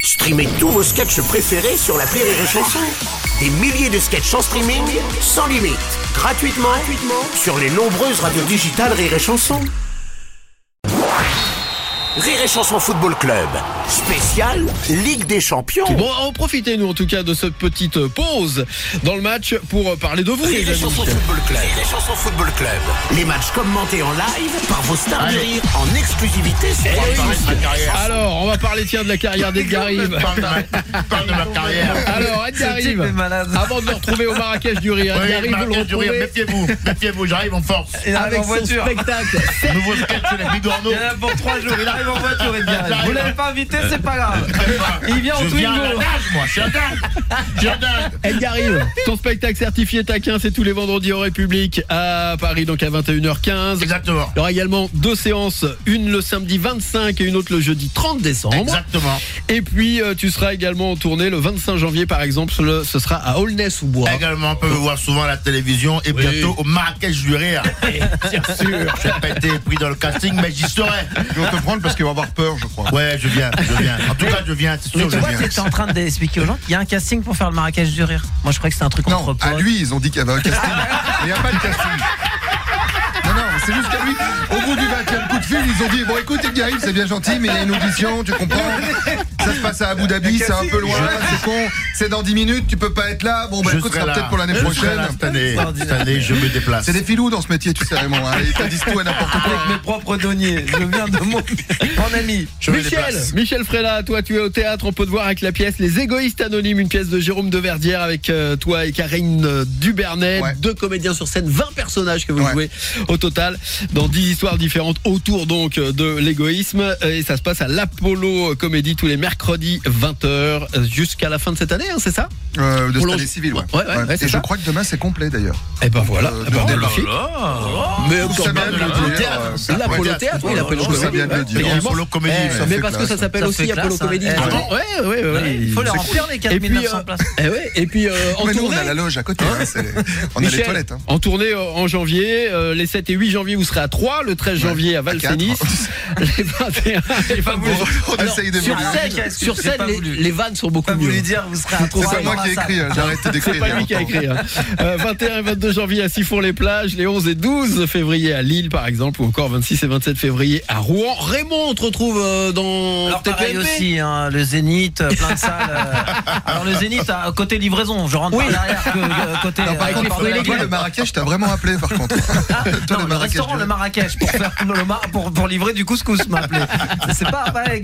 Streamez tous vos sketchs préférés sur la Rire et Chanson. Des milliers de sketchs en streaming, sans limite, gratuitement, gratuitement sur les nombreuses radios digitales Rire et Chanson. Rire et Chanson Football Club, spécial Ligue des Champions. Bon, en profitez nous en tout cas de cette petite pause dans le match pour parler de vous Rire les et amis. Chanson Football Club. Rire et Chanson Football Club. Les matchs commentés en live par vos stars de rire en exclusivité sur Rire et Chanson. Alors, on va parler tiens de la carrière d'Edgar Rive. parle de ma, parle de ma carrière. Alors, Edgar type Rive, est malade. avant de le retrouver au Marrakech du Rire, Oui, Edgar Rive, vous le Marquez du rire, retrouvez méfiez-vous, méfiez-vous, j'arrive en force. Il arrive avec en son voiture. spectacle. Nouveau sketch de la Bigorneau. Il y en a pour 3 jours. Il arrive en voiture, Edgar. Il arrive. Vous l'avez pas invité, c'est pas grave. Il vient en Je viens à la Twingo. nage, moi, je suis un dingue. Je suis un dingue. Edgar Rive, ton spectacle certifié taquin, c'est tous les vendredis en République à Paris, donc à 21h15. Exactement. Il y aura également deux séances, une le samedi 25 et une autre le jeudi 30 décembre. Exactement. Et puis euh, tu seras également en tournée le 25 janvier par exemple, le- ce sera à Aulnay-sous-Bois. Eh ben, Également, on peut me voir souvent à la télévision et bientôt au Marrakech du rire. Bien sûr. J'ai pas été pris dans le casting, mais j'y serai. Ils vont te prendre parce qu'ils vont avoir peur, je crois. Ouais, je viens, je viens. En tout cas, je viens, c'est Mais sûr, tu je vois, viens. t'étais en train d'expliquer aux gens qu'il y a un casting pour faire le Marrakech du rire. Moi, je croyais que c'était un truc entre Non, à potes. lui, ils ont dit qu'il y avait un casting. Mais Il n'y a pas de casting. Non, non, c'est juste qu'à lui, au bout du 20 e coup de fil, ils ont dit Bon, écoute, il arrive, c'est bien gentil, mais il y a une audition, tu comprends Ça se passe à Abu Dhabi, c'est un peu loin, c'est con, c'est dans 10 minutes, tu peux pas être là. Bon, bah Je écoute, ça serai là. peut-être pour l'année Je serai prochaine. là Cette année, cette année, je me déplace. C'est des filous dans ce métier, tu sais, Raymond. hein. Ils te disent tout et n'importe quoi. Avec mes propres deniers. Je viens de mon, mon ami. Je me Michel, déplace. Michel Fréla, toi tu es au théâtre, on peut te voir avec la pièce Les égoïstes anonymes, une pièce de Jérôme Deverdière avec euh, toi et Karine euh, Dubernet, Ouais. deux comédiens sur scène, 20 personnages que vous Ouais. jouez au total dans 10 histoires différentes autour donc euh, de l'égoïsme et ça se passe à l'Apollo Comédie tous les mercredis 20h jusqu'à la fin de cette année, hein, c'est ça Euh, de Pour cette année l'en- civile, ouais. Ouais, ouais, ouais, c'est et je ça. crois que demain, c'est complet d'ailleurs. Eh ben voilà, Euh, Eh ben, non, magnifique. Mais Tout encore ça bien, vient de le le dire, théâtre, euh, ça- l'Apollo ouais. Théâtre, oui, l'Apollo Tout ça Comédie, vient de le ouais. dire. Également, Solo comédie, Eh, ça mais fait parce que classe, ça hein. s'appelle Ça aussi fait Apollo classe, hein. Comédie. Eh, Pardon. Ouais, ouais, ouais, ouais. Il faut leur C'est remplir cool. les Et puis, 4900 euh, places. eh ouais, et puis, euh, en Mais nous, on tournée, a la loge à côté. hein, c'est- on a les Michel, toilettes. hein. en tournée euh, en janvier, euh, les 7 et 8 janvier, vous serez à 3, le 13 janvier à Valsénis, les 21 et 22. Ah On Alors, essaye de Oh, sur me- scène, J'ai sur scène, pas les, voulu. les vannes sont beaucoup Pas mieux. voulu dire, vous serez à C'est trois. pas dans moi la qui ai salle. écrit, hein, j'ai arrêté d'écrire. C'est pas il y a lui qui a longtemps. écrit. hein. Euh, 21 et 22 janvier à Siphon les plages, les 11 et 12 février à Lille par exemple, ou encore 26 et 27 février à Rouen. Raymond, on te retrouve euh, dans Alors pareil TPMP. aussi, hein, le Zénith, euh, plein de salles. euh. Alors le Zénith, à côté livraison, je rentre par derrière, que, que- côté Non, par euh, contre, porte toi, de la toi, Gueule. le Marrakech, t'as vraiment appelé par contre. Ah, Toi, non, le le Marrakech, restaurant tu le veux. Marrakech pour faire le mar- pour, pour livrer du couscous m'a appelé. C'est pas pareil.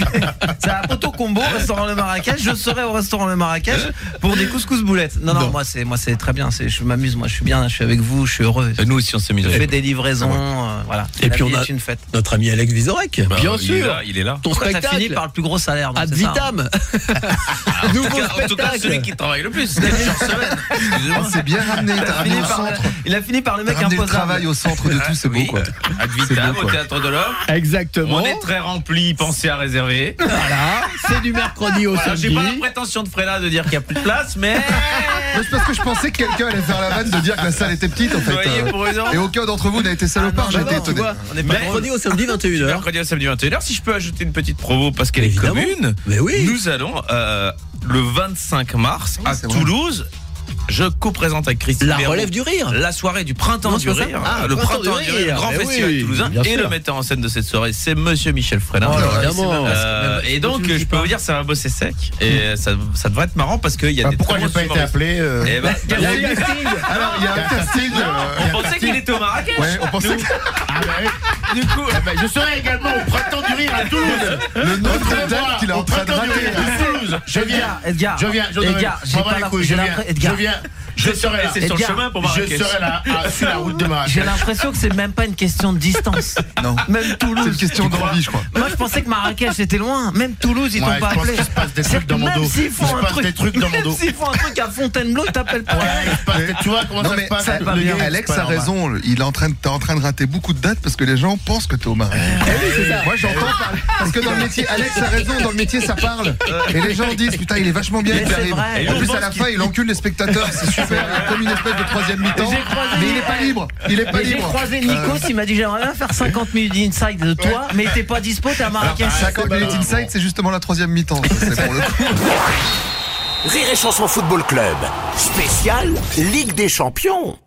C'est un auto combo restaurant le Marrakech. Je serai au restaurant le Marrakech pour des couscous boulettes. Non non, Non. moi c'est moi c'est très bien. C'est je m'amuse moi je suis bien je suis avec vous je suis heureux. Nous aussi, on s'est mis Je fais des livraisons euh, voilà. Et La puis, vie on a- est une fête. Notre ami Alex Vizorek, bien Bah, Il est sûr. là. Il est là. Ton Pourquoi t'as spectacle fini par le plus gros salaire donc Ad c'est ça, hein. vitam. Nouveau En tout cas, celui spectacle. qui travaille le plus. Sur Ah, semaine. Excusez-moi. Ah, C'est bien ramené, t'as ramené Il a au hein. fini par- centre. Il a fini par le T'as mec ramené le imposable. travail au centre de tout, c'est beau Oui, quoi. euh, Ad vitam au théâtre de l'homme. Exactement. On est très rempli, pensez à réserver. Voilà, c'est du mercredi au Voilà, J'ai samedi. pas la prétention de Fréla de dire qu'il n'y a plus de place, mais Mais C'est parce que je pensais que quelqu'un allait faire la vanne de dire que la salle était petite en vous fait. voyez, euh, pour une heure, Et aucun d'entre vous n'a été salopard, Ah, j'ai non, été non, tu étonné. vois, Bah, On est pas drôle. mercredi au samedi 21h. mercredi à samedi 21h, si je peux ajouter une petite promo parce qu'elle est Évidemment. commune, Mais oui. nous allons euh, le 25 mars à c'est vrai. Toulouse. Je co-présente avec Christine La Béraud relève du rire. la soirée du printemps Non, c'est du pas ça. rire, hein, Ah, le printemps, du rire, grand Eh festival oui, toulousain, bien et sûr. le metteur en scène de cette soirée, c'est Monsieur Michel Frénin. Oh là là, Évidemment. Euh, et donc, je peux vous dire, ça va bosser sec, et Hmm. ça, ça devrait être marrant parce qu'il y a Bah, des Pourquoi très j'ai bons pas été humoristes. appelé euh, Eh ben, Il y a eu un casting. Alors, il y a un casting. euh, on pensait qu'il était au Marrakech. Eh, Ouais, on pensait que Ah bah oui. Du coup, eh ben, je serai également au printemps du rire à Toulouse. le nombre Au de dates qu'il est en train de printemps du rater. rire à Toulouse. Je viens. Edgar, Je viens. Je Edgar, j'ai m'en bats pas les la- couilles, j'ai je viens. l'impre- Edgar. Je viens. Je serai là. C'est sur le Edgar, chemin pour Je Marrakech. serai là, à- sur la route de Marrakech. J'ai l'impression que c'est même pas une question de distance. Non, Même c'est une Toulouse. question d'envie, je crois. Moi, je pensais que Marrakech c'était loin. Même Toulouse, ils Ouais, t'ont pas je pense appelé. qu'il se passe des C'est-à-dire trucs dans que mon même dos. s'ils font Il se un passe truc, des trucs dans mon même dos. s'ils font un truc à Fontainebleau, t'appelles pas. Ouais, il se passe- tu vois comment Non ça mais se passe ça, le va gars, bien. c'est Alex pas a normal. raison, il est en train de, t'es en train de rater beaucoup de dates parce que les gens pensent que t'es au Marais. Moi j'entends parler- parce que dans le métier, Alex a raison, dans le métier ça parle. Et les gens disent putain il est vachement bien, Mais il c'est arrive. vrai. Et En on plus pense à la qu'il- fin il encule les spectateurs, c'est sûr. faire comme une espèce de troisième mi-temps. J'ai croisé- Mais il est pas libre. Il est pas Mais J'ai libre. croisé Nikos, il m'a dit j'aimerais bien faire 50 minutes d'inside de toi, mais t'es pas dispo, t'es à bah, Marrakech. 50 minutes inside, c'est justement la troisième mi-temps. Ça, C'est pour le coup. Rire et Chanson Football Club, spécial Ligue des Champions.